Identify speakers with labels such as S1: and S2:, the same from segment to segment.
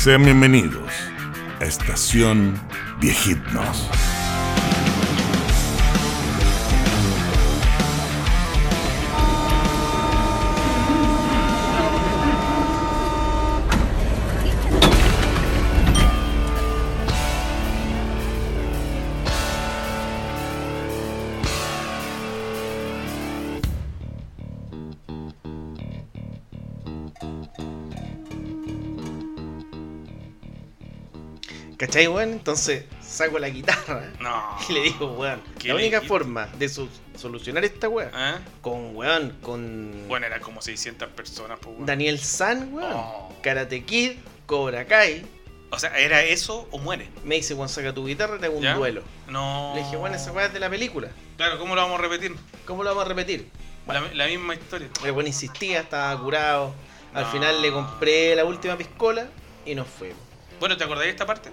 S1: Sean bienvenidos a Estación Viejitnos.
S2: ¿Cachai, weón? Entonces saco la guitarra
S3: No.
S2: y le digo, weón,
S3: ¿Qué
S2: la
S3: le
S2: única
S3: dijiste?
S2: forma de su- solucionar esta weá
S3: ¿Ah?
S2: con weón, con
S3: Bueno, era como 600 personas, pues, weón.
S2: Daniel San, weón,
S3: Oh.
S2: Karate Kid, Cobra Kai,
S3: O sea, era eso o muere.
S2: me dice, weón, saca tu guitarra y te hago un
S3: ¿Ya?
S2: duelo.
S3: No.
S2: Le dije, weón, esa weá es de la película,
S3: Claro, ¿cómo lo vamos a repetir?
S2: ¿cómo lo vamos a repetir?
S3: La, la misma historia.
S2: El weón insistía, estaba curado, al
S3: No.
S2: final le compré la última piscola y nos fuimos.
S3: Bueno, ¿te acordáis de esta parte?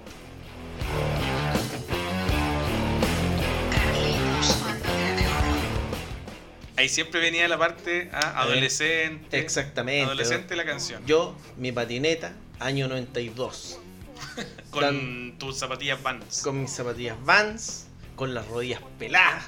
S3: Ahí siempre venía la parte ah,
S2: A ver.
S3: adolescente.
S2: Eh, Exactamente.
S3: Adolescente la canción.
S2: Yo, mi patineta, año 92.
S3: con
S2: tan-
S3: tus zapatillas Vans.
S2: con mis zapatillas Vans, con las rodillas peladas,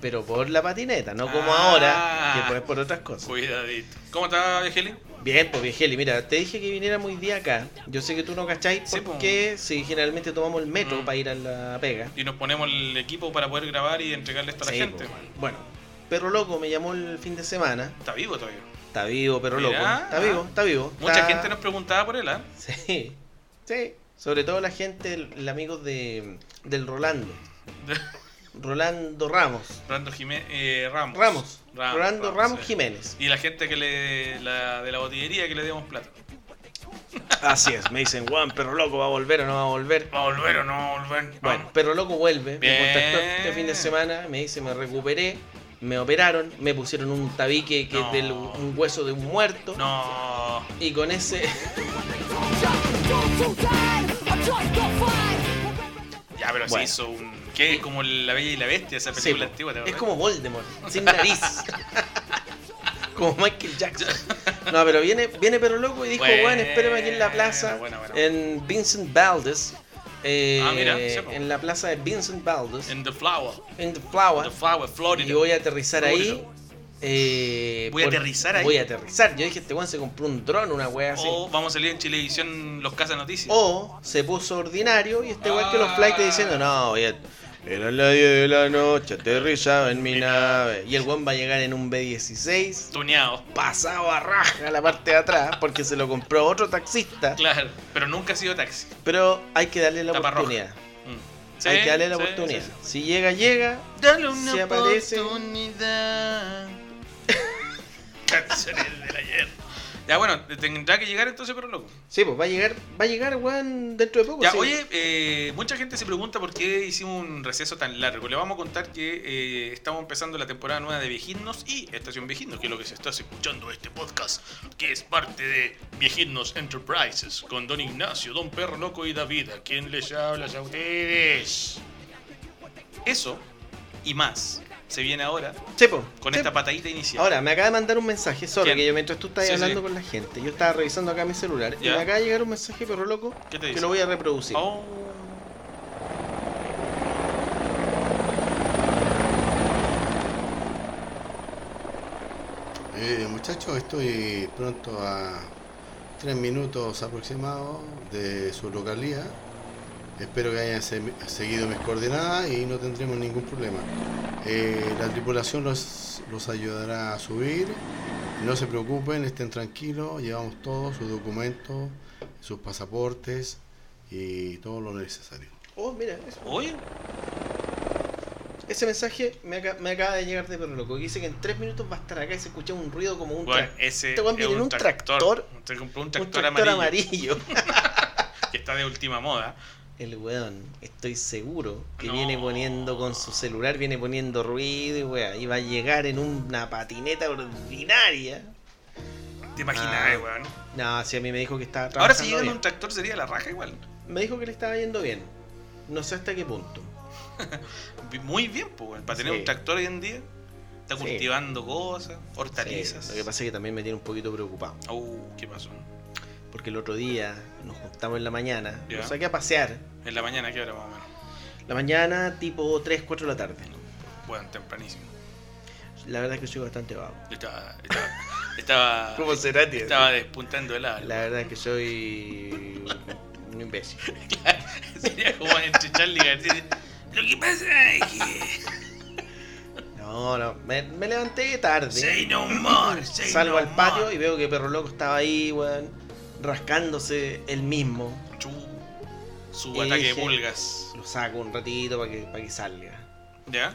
S2: pero por la patineta, no como
S3: Ah.
S2: ahora, que pues por otras cosas.
S3: Cuidadito. ¿Cómo está, Viajeli?
S2: Bien, pues Viejeli, mira, te dije que viniera muy día acá. Yo sé que tú no cacháis
S3: Sí,
S2: porque si generalmente tomamos el metro
S3: Mm.
S2: para ir a la pega.
S3: Y nos ponemos el equipo para poder grabar y entregarle esto a la
S2: Sí,
S3: gente.
S2: pues. Bueno, Perro Loco me llamó el fin de semana.
S3: Está vivo todavía.
S2: Está vivo, Perro
S3: Mirá.
S2: Loco. Está vivo, está vivo.
S3: Mucha
S2: Está-
S3: gente nos preguntaba por él, ¿ah?
S2: Sí, sí. Sobre todo la gente, el, el amigo de, del Rolando. Rolando Ramos.
S3: Rolando Jimé- eh, Ramos.
S2: Ramos.
S3: Ram-
S2: Rolando Ramos
S3: sí.
S2: Jiménez.
S3: Y la gente que le, la, de la botillería que le demos plata.
S2: Así es, me dicen, Juan, perro loco, ¿va a volver o no va a volver?
S3: ¿Va a volver o no va a volver?
S2: Bueno, perro loco vuelve, me
S3: Bien.
S2: contactó este fin de semana, me dice, me recuperé, me operaron, me pusieron un tabique que
S3: No.
S2: es del, un hueso de un muerto.
S3: No.
S2: Y con ese,
S3: Ya, pero
S2: Bueno.
S3: se hizo un. ¿Qué? Es Como La Bella y la Bestia, esa
S2: Sí,
S3: película
S2: po.
S3: antigua, ¿te
S2: es
S3: acordás?
S2: como Voldemort, sin nariz. como Michael Jackson. No, pero viene, viene perro loco y dijo,
S3: Bueno,
S2: bueno, espérame aquí en la plaza,
S3: bueno, bueno.
S2: en Vincent Valdes. eh,
S3: Ah, mira, sí, po.
S2: en la plaza de Vincent Valdes, en,
S3: En The Flower.
S2: The Flower.
S3: The Flower, Florida.
S2: Y voy a aterrizar ahí.
S3: Florida.
S2: eh,
S3: Voy a aterrizar ahí. Oh.
S2: Voy a aterrizar. Yo dije, este weón se compró un dron, una wea así.
S3: O vamos a salir en Chilevisión Los Casa Noticias.
S2: O se puso ordinario y este weón que los
S3: Ah.
S2: flights diciendo, no, voy a... Era las 10 de la noche, aterrizaba en mi nave. Y el weón va a llegar en un B16,
S3: Tuneado.
S2: pasado a raja la parte de atrás, porque se lo compró otro taxista.
S3: Claro. Pero nunca ha sido taxi.
S2: Pero hay que darle la
S3: Tapa roja.
S2: oportunidad.
S3: Mm. Sí,
S2: hay que darle la
S3: sí,
S2: oportunidad.
S3: sí, sí.
S2: Si llega, llega.
S3: Dale
S2: una Se aparece.
S3: oportunidad. Canciones del ayer. Ya bueno, tendrá que llegar entonces, pero loco.
S2: Sí, pues va a llegar, va a llegar, weón, dentro de poco.
S3: Ya,
S2: sí.
S3: oye, eh, mucha gente se pregunta por qué hicimos un receso tan largo. Le vamos a contar que eh, estamos empezando la temporada nueva de Viejitnos y Estación Viejitnos, que es lo que se está escuchando este podcast, que es parte de Viejitnos Enterprises, con Don Ignacio, Don Perro Loco y David, a quien les hablas a ustedes. Eso y más se viene ahora
S2: Sí, po.
S3: con
S2: Sí,
S3: esta patadita inicial.
S2: Ahora, me acaba de mandar un mensaje, sorry,
S3: ¿Quién?
S2: que yo mientras tú estás
S3: Sí,
S2: hablando
S3: sí.
S2: con la gente, yo estaba revisando acá mi celular y
S3: Ya.
S2: me acaba de llegar un mensaje, perro loco,
S3: ¿Qué te
S2: que
S3: dice?
S2: lo voy a reproducir.
S3: Oh.
S4: Eh, muchachos, estoy pronto a tres minutos aproximados de su localidad. Espero que hayan se- seguido mis coordenadas y no tendremos ningún problema. Eh, la tripulación los, los ayudará a subir. No se preocupen, estén tranquilos. Llevamos todos sus documentos, sus pasaportes y todo lo necesario.
S2: Oh, mira, eso-
S3: Oye,
S2: ese mensaje me, aca- me acaba de llegar de perro loco, que dice que en tres minutos va a estar acá y se escucha un ruido como un,
S3: bueno,
S2: tra-
S3: ese
S2: Este weón
S3: es
S2: viene en
S3: un
S2: un
S3: tractor.
S2: tractor.
S3: Se compró un
S2: un
S3: tractor, amarillo,
S2: amarillo.
S3: que está de última moda.
S2: El weón, estoy seguro que
S3: No.
S2: viene poniendo con su celular, viene poniendo ruido y weá, y va a llegar en una patineta ordinaria.
S3: ¿Te imaginas,
S2: Ah.
S3: eh, weón?
S2: No, si a mí me dijo que estaba
S3: Ahora
S2: trabajando
S3: si llega en
S2: bien.
S3: un tractor sería la raja igual.
S2: Me dijo que le estaba yendo bien. No sé hasta qué punto.
S3: Vi- Muy bien, pues, weón. Para tener
S2: Sí.
S3: un tractor hoy en día, está
S2: Sí.
S3: cultivando cosas, hortalizas.
S2: Sí, lo que pasa es que también me tiene un poquito preocupado.
S3: Uh, ¿qué pasó?
S2: porque el otro día nos juntamos en la mañana,
S3: Ya.
S2: nos saqué a pasear.
S3: En la mañana, ¿qué hora más o menos?
S2: La mañana tipo 3, 4 de la tarde.
S3: Bueno, tempranísimo.
S2: La verdad es que soy bastante vago.
S3: Yo estaba. Estaba. estaba
S2: será, tío?
S3: estaba despuntando el ala.
S2: La verdad es que soy un imbécil.
S3: Sería como entre Charlie García. Lo que pasa es que.
S2: No, no, me, me levanté tarde.
S3: Say no more. Say
S2: Salgo
S3: no
S2: al patio
S3: more.
S2: y veo que Perro Loco estaba ahí, weón, rascándose él mismo.
S3: Chu, su
S2: Eje.
S3: ataque de pulgas.
S2: Lo saco un ratito para que, para que salga.
S3: ¿Ya?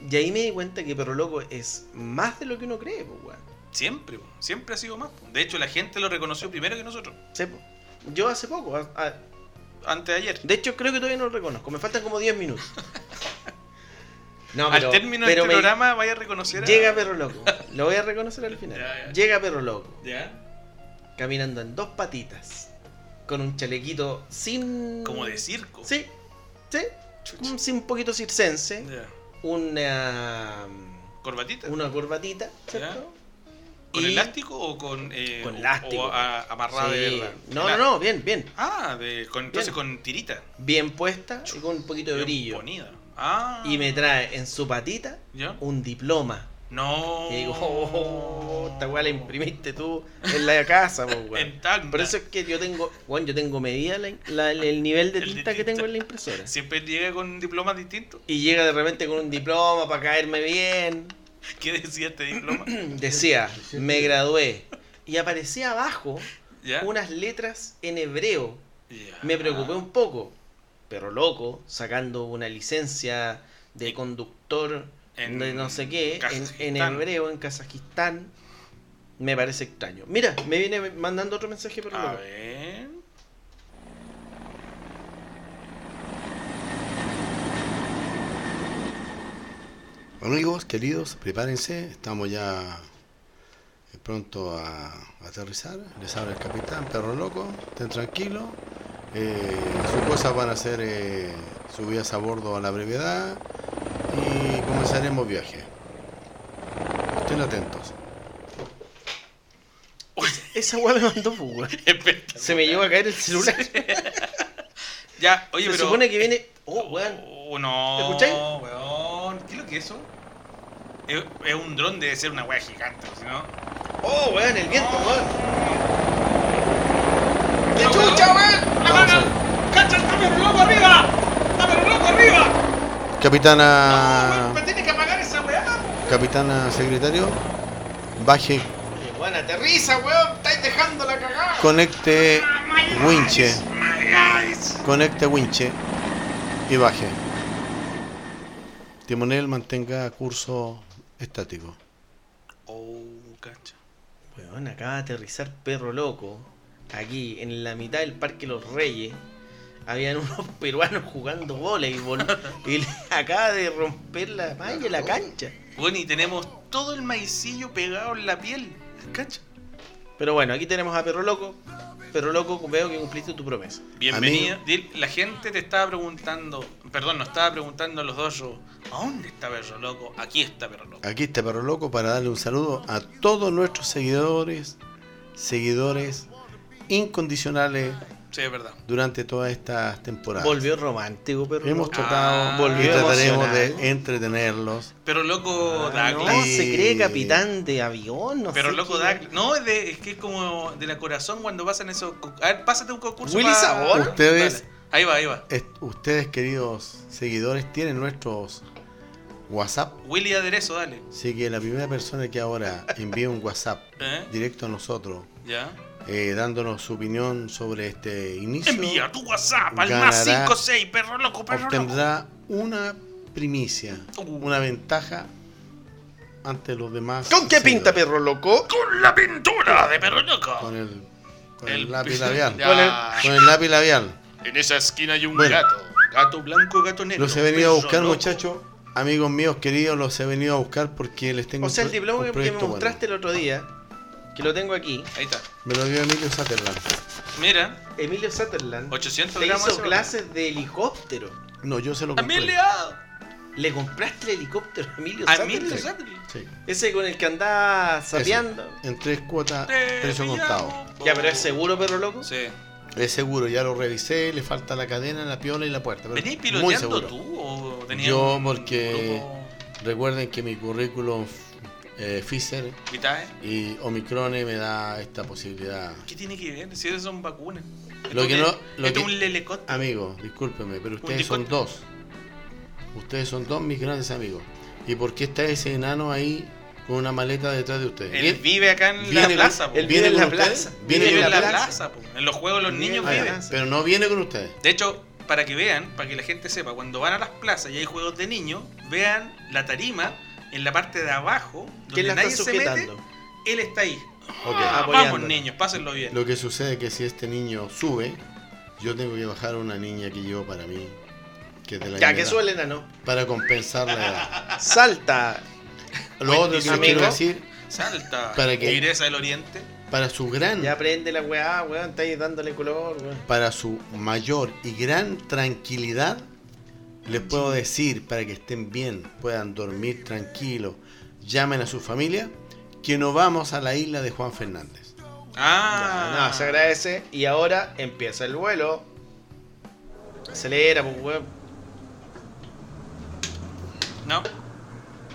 S2: Y ahí me di cuenta que Perro Loco es más de lo que uno cree, pues, weón.
S3: Siempre, po. siempre ha sido más. po. De hecho, la gente lo reconoció primero que nosotros.
S2: Sí, po. Yo hace poco, a- a-
S3: Antes de ayer.
S2: de hecho creo que todavía no lo reconozco, me faltan como 10 minutos. No,
S3: al término de
S2: pero
S3: este
S2: me-
S3: programa, vaya a reconocer. a-
S2: Llega Perro Loco, lo voy a reconocer al final.
S3: Ya, ya.
S2: Llega Perro Loco,
S3: ¿Ya?
S2: caminando en dos patitas, con un chalequito sin...
S3: Como de circo.
S2: Sí, sí,
S3: Chucha.
S2: un, sí, un poquito circense,
S3: Ya.
S2: una, mm,
S3: ¿Corbatita?
S2: una corbatita, ¿cierto?
S3: ¿Con
S2: y-
S3: elástico o con. eh,
S2: Con
S3: o-
S2: elástico.
S3: O, a- amarrada de
S2: Sí.
S3: verdad?
S2: No, no, no, bien, bien.
S3: Ah, de, con, entonces
S2: Bien.
S3: con tirita.
S2: Bien puesta y con un poquito de
S3: Bien
S2: brillo.
S3: Ponida. Ah.
S2: Y me trae en su patita
S3: ¿Ya?
S2: un diploma.
S3: No.
S2: Y digo, "Oh, esta weá la imprimiste tú en la casa, po,
S3: En
S2: weón.
S3: tanda.
S2: Por eso es que yo tengo, weón, yo tengo medida la- la- el nivel de
S3: El de
S2: tinta que
S3: tinta.
S2: tengo en la impresora.
S3: Siempre llega con diplomas distintos.
S2: Y llega de repente con un diploma para caerme bien.
S3: ¿Qué decía este diploma?
S2: Decía, me gradué. Y aparecía abajo
S3: ¿Ya?
S2: unas letras en hebreo.
S3: Ya.
S2: Me preocupé un poco. Pero loco, sacando una licencia de conductor
S3: En
S2: de no sé qué, en, en
S3: Kazajistán.
S2: hebreo, en Kazajistán. Me parece extraño. Mira, me viene mandando otro mensaje, pero
S3: A
S2: loco.
S3: ver.
S4: Amigos, queridos, prepárense, estamos ya eh, pronto a aterrizar. Les habla el capitán, perro loco, estén tranquilos. Eh, sus cosas van a ser eh, subidas a bordo a la brevedad y comenzaremos viaje. Estén atentos.
S2: Esa weá me mandó, pues, weón. Se me llevó a caer el celular.
S3: ya, oye,
S2: Se
S3: pero.
S2: supone que viene. Oh, weón.
S3: Oh, no.
S2: ¿Escucháis?
S3: weón. ¿Qué es lo que es eso? Es, es un dron, debe ser una wea gigante, si no.
S2: Oh, weón, el viento, weón.
S3: ¡Qué
S2: chucha,
S3: weón!
S4: ¡La mano!
S3: ¡Cacha, está pero loco arriba! ¡Está pero loco arriba!
S4: Capitana,
S3: tiene que apagar esa weá!
S4: capitana secretario, baje,
S2: Oye, Eh, weón, aterriza, weón. Estáis dejando la cagada.
S4: conecte winche, conecte winche y baje. Timonel mantenga curso estático.
S3: Oh, cacha.
S2: Weón, acaba de aterrizar perro loco. Aquí, en la mitad del Parque Los Reyes, habían unos peruanos jugando voleibol. y le acaba de romper la malla, la cancha.
S3: Bueno, y tenemos todo el maicillo pegado en la piel. ¿Cacha?
S2: Pero bueno, aquí tenemos a perro loco. Perro loco, veo que cumpliste tu promesa.
S3: Bienvenida. Dil- La gente te estaba preguntando, perdón, nos estaba preguntando a los dos, yo, ¿a dónde está Perro Loco? Aquí está Perro Loco.
S4: Aquí está Perro Loco para darle un saludo a todos nuestros seguidores, seguidores incondicionales
S3: Sí, es verdad.
S4: durante todas estas temporadas.
S2: Volvió romántico, perro
S4: Hemos
S2: loco.
S3: Ah,
S4: tratado y
S2: volvió
S4: trataremos
S2: emocionado.
S4: de entretenerlos.
S3: Pero Loco
S2: Ah,
S3: da
S2: no,
S3: clase.
S2: se cree capitán de avión, no
S3: Pero
S2: sé
S3: Loco
S2: qué.
S3: da No, es, de- es que es como de la corazón cuando pasan esos. con- A ver, pásate un concurso.
S2: Willy
S3: pa-
S2: Sabor.
S4: Ustedes-
S3: Dale. Ahí va, ahí va.
S4: Est- ustedes, queridos seguidores, tienen nuestros WhatsApp.
S3: Willy Aderezo, dale.
S4: Así que la primera persona que ahora envíe un WhatsApp
S3: ¿Eh?
S4: directo a nosotros,
S3: Ya.
S4: eh, dándonos su opinión sobre este inicio,
S3: Envía tu WhatsApp al
S4: ganará-
S3: más 56, Perro Loco, Perro Loco.
S4: obtendrá una primicia,
S3: Uh.
S4: una ventaja ante los demás.
S2: ¿Con qué pinta,
S4: seguidores.
S2: perro loco?
S3: Con la pintura de Perro Loco.
S4: Con el, con el
S3: El-
S4: lápiz labial.
S3: Ya. Con el-
S4: Con el lápiz labial.
S3: En esa esquina hay un
S4: Bueno.
S3: gato. Gato blanco, gato negro.
S4: Los he venido a
S3: Perro
S4: buscar,
S3: Loco.
S4: muchachos. Amigos míos queridos, los he venido a buscar porque les tengo
S2: O sea, el
S4: un pro-
S2: diploma
S4: un
S2: que- que me
S4: proyecto bueno.
S2: mostraste el otro día, que lo tengo aquí,
S3: Ahí está.
S4: Me lo dio Emilio Sutherland.
S3: Mira,
S2: Emilio Sutherland
S3: 800
S2: te
S3: gramos.
S2: hizo
S3: ese-
S2: clases de helicóptero.
S4: No, yo se lo compré.
S3: ¡Amelia!
S2: ¿Le compraste el helicóptero a Emilio
S3: A
S2: Sandri?
S3: Emilio
S4: Sí.
S3: Sandri.
S4: Sí.
S2: Ese con el que andaba
S4: Ese.
S2: sapeando.
S4: En tres cuotas,
S3: Te
S4: precio
S3: pillamos,
S4: contado.
S3: po.
S2: Ya, pero es seguro, perro loco.
S3: Sí.
S4: Es seguro, ya lo revisé, le falta la cadena, la piola y la puerta. Pero
S3: ¿Venís
S4: muy
S3: piloteando
S4: seguro.
S3: tú o tenías
S4: Yo,
S3: un
S4: porque-
S3: grupo
S4: Recuerden que mi currículum eh, Pfizer
S3: Vitae?
S4: y Omicron me da esta posibilidad.
S3: ¿Qué tiene que ver? Si esas son vacunas.
S4: Lo
S3: Esto
S4: que
S3: es-
S4: no-
S3: esto
S4: lo
S3: es
S4: que-
S3: un lelecot.
S4: Amigos, discúlpeme, pero ustedes son
S3: discurso.
S4: dos. Ustedes son dos mis grandes amigos. ¿Y por qué está ese enano ahí con una maleta detrás de ustedes?
S3: Él vive acá en la
S4: viene con-
S3: plaza, po.
S2: él
S3: Vive
S2: vive en la
S4: con ustedes?
S2: plaza.
S4: Viene
S3: en
S4: con
S3: la
S4: ustedes?
S3: plaza, po. En los juegos los
S2: Viene
S3: niños
S2: con la
S3: viven.
S4: Ah, ya, pero no viene con ustedes.
S3: De hecho, para que vean, para que la gente sepa, cuando van a las plazas y hay juegos de niños, vean la tarima en la parte de abajo, donde
S2: ¿Quién la
S3: nadie
S2: está
S3: se mete,
S2: sujetando?
S3: él está ahí. Ah,
S4: Ok.
S3: vamos
S2: apoyándola.
S3: niños, pásenlo bien.
S4: Lo que sucede es que si este niño sube, yo tengo que bajar a una niña que llevo para mí. Que es de la
S2: Ya,
S4: misma
S2: que
S4: edad,
S2: suele, enano.
S4: Para compensar la edad.
S2: Salta.
S4: Lo otro que les
S2: Amigo.
S4: quiero decir,
S3: Salta,
S4: ¿Para qué?
S3: tigresa del oriente.
S4: para su gran
S2: Ya aprende la weá, weón. Está ahí dándole color, weón.
S4: para su mayor y gran tranquilidad, les puedo decir para que estén bien, puedan dormir tranquilos, llamen a su familia, que no vamos a la isla de Juan Fernández.
S3: Ah,
S2: Ya, no, se agradece. Y ahora empieza el vuelo. Acelera, pues, weón.
S3: no.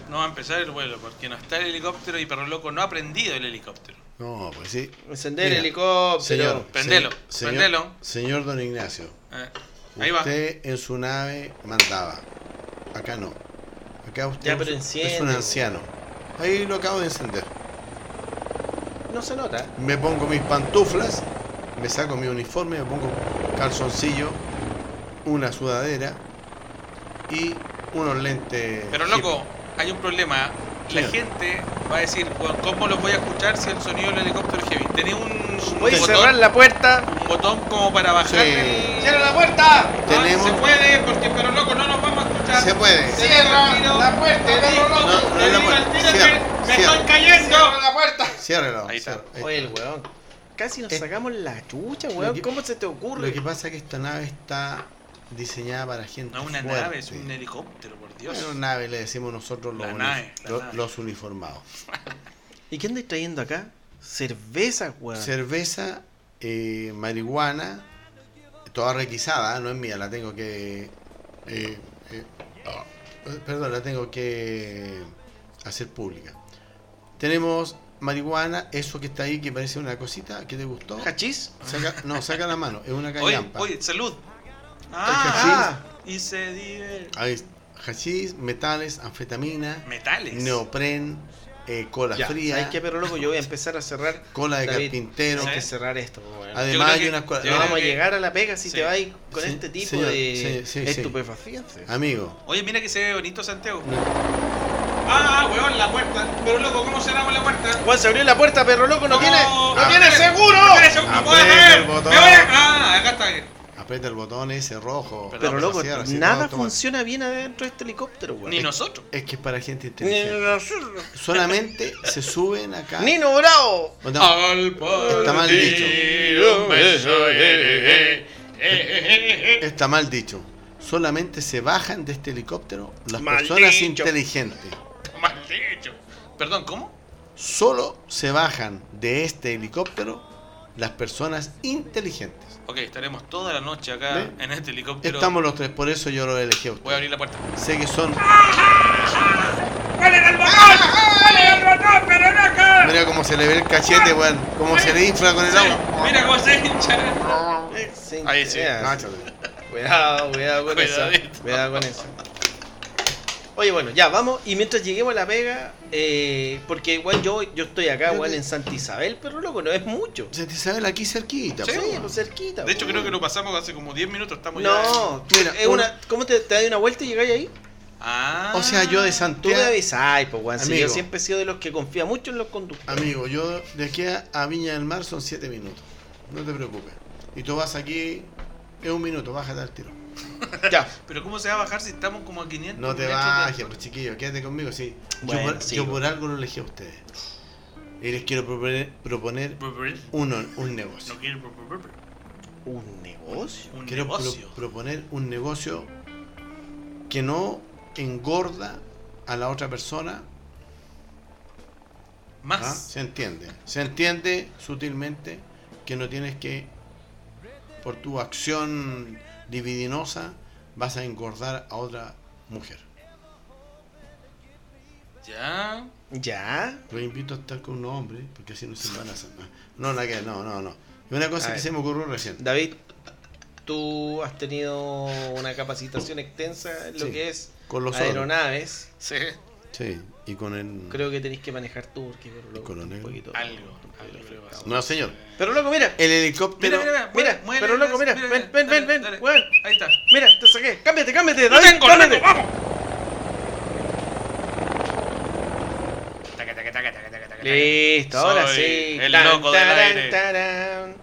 S3: No va a empezar el vuelo porque no está el helicóptero y Perro Loco no ha prendido el helicóptero.
S4: No, pues sí.
S2: Encender el
S4: Mira,
S2: helicóptero.
S4: Señor,
S3: Prendelo,
S4: se- señor,
S3: prendelo.
S4: señor don Ignacio,
S3: Eh, ahí va.
S4: usted en su nave mandaba. Acá no. Acá usted
S2: Ya,
S4: es
S2: pero
S4: un- es un
S2: enciende,
S4: anciano. Ahí lo acabo de encender.
S2: No se nota.
S4: Me pongo mis pantuflas, me saco mi uniforme, me pongo calzoncillo, una sudadera y unos lentes.
S3: Pero
S4: hip.
S3: loco, hay un problema. La
S4: Señor.
S3: gente va a decir, "Weón, ¿cómo los voy a escuchar si el sonido del helicóptero es heavy? Tenés un, un
S2: Voy a
S4: Sí.
S2: cerrar la puerta.
S3: un botón como para bajar
S4: Sí.
S3: el...
S2: ¡Cierra la puerta!
S3: Ah,
S4: Tenemos-
S3: Se puede, porque pero loco no nos vamos a escuchar.
S4: Se puede.
S2: Cierra
S3: tiro.
S2: la puerta,
S3: Te digo,
S2: no, no,
S4: no,
S3: te
S4: no,
S3: digo
S4: no,
S3: al tiro
S4: cierra,
S3: que me
S4: cierra.
S3: estoy cayendo.
S2: la puerta!
S4: Ciérrelo.
S3: Ahí está.
S4: ciérralo.
S2: Oye, el weón. Casi nos
S4: Eh.
S2: sacamos la chucha, weón.
S4: que-
S2: ¿Cómo se te ocurre?
S4: Lo que pasa es que esta nave está diseñada para gente.
S3: No es una
S4: fuerte.
S3: nave, es un helicóptero, por Dios.
S4: Bueno, nave le decimos nosotros los,
S3: La
S4: uni-
S3: nave, la
S4: lo-
S3: nave.
S4: los uniformados.
S2: ¿Y qué andáis trayendo acá? Cerveza, weón.
S4: Cerveza, eh, marihuana, toda requisada, ¿eh? no es mía, la tengo que. eh, eh, ah, eh, perdón, la tengo que hacer pública. Tenemos marihuana, eso que está ahí que parece una cosita que te gustó.
S2: ¿Hachís?
S4: Saca- no, saca la mano, es una
S3: Oye,
S4: callampa.
S3: oye, salud.
S2: Ah,
S3: y se dive.
S4: Ahí es hachís, metales, anfetamina,
S3: Metales.
S4: neopren, eh, cola
S2: ya. ¿Sabes
S4: fría,
S2: qué, pero loco? Yo voy a empezar a cerrar.
S4: cola de
S2: David,
S4: carpintero.
S2: Hay
S3: ¿sabes?
S2: que cerrar esto, weón.
S4: Además,
S3: Yo creo
S4: hay
S3: que-
S4: unas cosas-
S3: yo
S2: No
S3: creo
S2: vamos a
S3: que-
S2: llegar a la pega si
S3: Sí.
S2: te vais con
S4: Sí,
S2: este tipo
S4: señor,
S2: de
S4: sí, sí, sí.
S2: estupefacientes.
S4: Amigo,
S3: Oye, mira que se ve bonito Santiago.
S4: No.
S3: Ah, weón, la puerta. Pero loco, ¿cómo cerramos la puerta?
S2: Juan se abrió la puerta, perro loco, no, tiene, no
S3: ah,
S2: tiene
S3: espera,
S2: seguro.
S3: espera, yo- me voy a
S4: Aprieta
S3: caer,
S4: el botón.
S3: me voy a- Ah, acá está bien.
S4: Aprieta el botón ese rojo.
S3: Perdón,
S2: Pero
S4: Lo
S2: loco,
S4: cierra, si
S2: nada
S4: no, toma.
S2: funciona bien adentro de este helicóptero, weón.
S3: Ni nosotros.
S4: Es que es para gente inteligente.
S2: nosotros.
S4: Solamente se suben acá.
S2: Nino Bravo.
S4: O no,
S3: Al
S4: Está mal dicho.
S3: partir un beso, eh, eh, eh, eh, eh, eh.
S4: Está mal dicho. Solamente se bajan de este helicóptero las
S3: Mal
S4: personas
S3: dicho.
S4: inteligentes.
S3: eh, Mal dicho. Perdón, ¿cómo?
S4: Solo se bajan de este helicóptero las personas inteligentes.
S3: Ok, estaremos toda la noche acá
S4: ¿Ve?
S3: en este helicóptero.
S4: Estamos los tres, por eso yo lo elegí a usted.
S3: Voy a abrir la puerta.
S4: Sé que son.
S3: ¡Dale al botón! ¡Dale al botón, pero no acá!
S4: Mira cómo se le ve el cachete, weón. Cómo se le infla con el agua.
S3: Mira cómo se hincha. Ahí sí.
S4: Máchate.
S2: Cuidado, cuidado con eso.
S3: Cuidadito.
S2: Cuidado con eso. Oye, bueno, ya vamos. Y mientras lleguemos a la pega, eh, porque igual yo, yo estoy acá,
S4: Yo
S2: igual
S4: te-
S2: en Santa Isabel, pero loco, no es mucho.
S4: Se te sale aquí cerquita.
S3: Sí.
S4: po.
S2: Sí, pues, cerquita.
S3: De hecho,
S2: pues.
S3: creo que lo pasamos hace como 10 minutos. Estamos ya.
S2: No,
S4: Mira,
S2: es
S4: un-
S2: una, ¿cómo te, te das una vuelta y llegáis ahí?
S3: Ah.
S4: O sea, yo de
S2: Tú me
S4: Santiago.
S2: avisáis, pues, weón. Si
S4: Amigo.
S2: yo siempre he sido de los que confía mucho en los conductores.
S4: Amigo, yo de aquí a, a Viña del Mar son 7 minutos. No te preocupes. Y tú vas aquí, es un minuto, bájate al tiro.
S2: Ya.
S3: Pero ¿cómo se va a bajar si estamos como a 500
S4: No te
S3: metros de
S4: bajes,
S3: altura?
S4: pues chiquillo, quédate conmigo, sí.
S2: Bueno,
S4: yo por,
S2: sí, pues.
S4: yo
S2: bueno.
S4: por algo lo elegí a ustedes. Y les quiero proponer, proponer uno, un negocio.
S3: No quiero. Un
S2: ¿Un negocio?
S4: quiero pro-
S3: negocio.
S4: proponer un negocio que no engorda a la otra persona, ¿ah?
S3: Más.
S4: se entiende. Se entiende sutilmente que no tienes que, por tu acción dividinosa, vas a engordar a otra mujer.
S3: Ya.
S2: ¿Ya?
S4: Los invito a estar con un hombre, porque así no se embarazan. No, no, que- no, no, no. Y una
S2: A
S4: cosa que
S2: ver.
S4: se me ocurrió recién.
S2: David, tú has tenido una capacitación extensa en lo
S4: Sí,
S2: que es
S4: Con los oros.
S2: aeronaves.
S3: Sí.
S4: Sí, y con el...
S2: Creo que tenéis que manejar tú porque pero loco,
S4: con lo
S2: un
S4: negro?
S2: poquito-
S3: Algo.
S2: un poquito
S3: algo le
S2: afectado.
S3: pasó.
S4: No, señor.
S2: Pero loco, mira.
S4: El
S3: Mira,
S4: helicóptero...
S3: mira,
S2: mira,
S3: mueve,
S2: pero loco,
S3: mueve,
S2: mira, ven, ven,
S3: dale,
S2: ven,
S3: dale.
S2: weón.
S3: Ahí está.
S2: Mira, te saqué. Cámbiate, cámbiate,
S3: ¡Lo
S2: David.
S3: tengo, lo
S2: cámbiate.
S3: tengo! ¡Vamos! Taca, taca, taca, taca, taca, taca.
S2: Listo, ahora
S3: Soy
S2: sí.
S3: el
S2: Tan,
S3: loco del
S2: tarán,
S3: aire.
S2: tarán.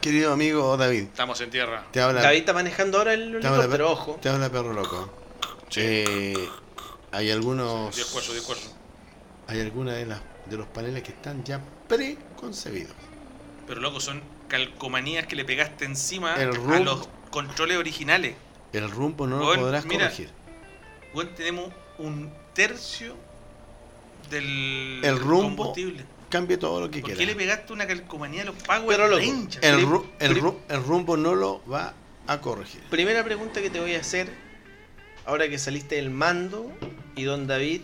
S4: Querido amigo David,
S3: Estamos en tierra.
S4: te habla...
S2: David está manejando ahora el
S4: te habla,
S2: helicóptero,
S4: per-
S2: ojo.
S4: te habla perro loco. Eh, hay algunos...
S3: Dios cuerzo, Dios cuerzo.
S4: Hay algunas de, las de los paneles que están ya preconcebidos.
S3: Pero loco, son calcomanías que le pegaste encima
S4: El
S3: a
S4: rumbo.
S3: los controles originales.
S4: El rumbo no
S3: Bueno,
S4: lo podrás
S3: mira.
S4: corregir.
S3: Weón, tenemos un tercio del
S4: El rumbo
S3: combustible.
S4: Cambie todo lo que
S3: ¿Por
S4: quieras.
S3: qué le pegaste una calcomanía a los Power
S2: Pero loco,
S3: Rangers?
S4: El,
S2: Flip,
S4: ru- el
S2: flip.
S4: ru- el rumbo no lo va a corregir.
S2: Primera pregunta que te voy a hacer, ahora que saliste del mando y don David,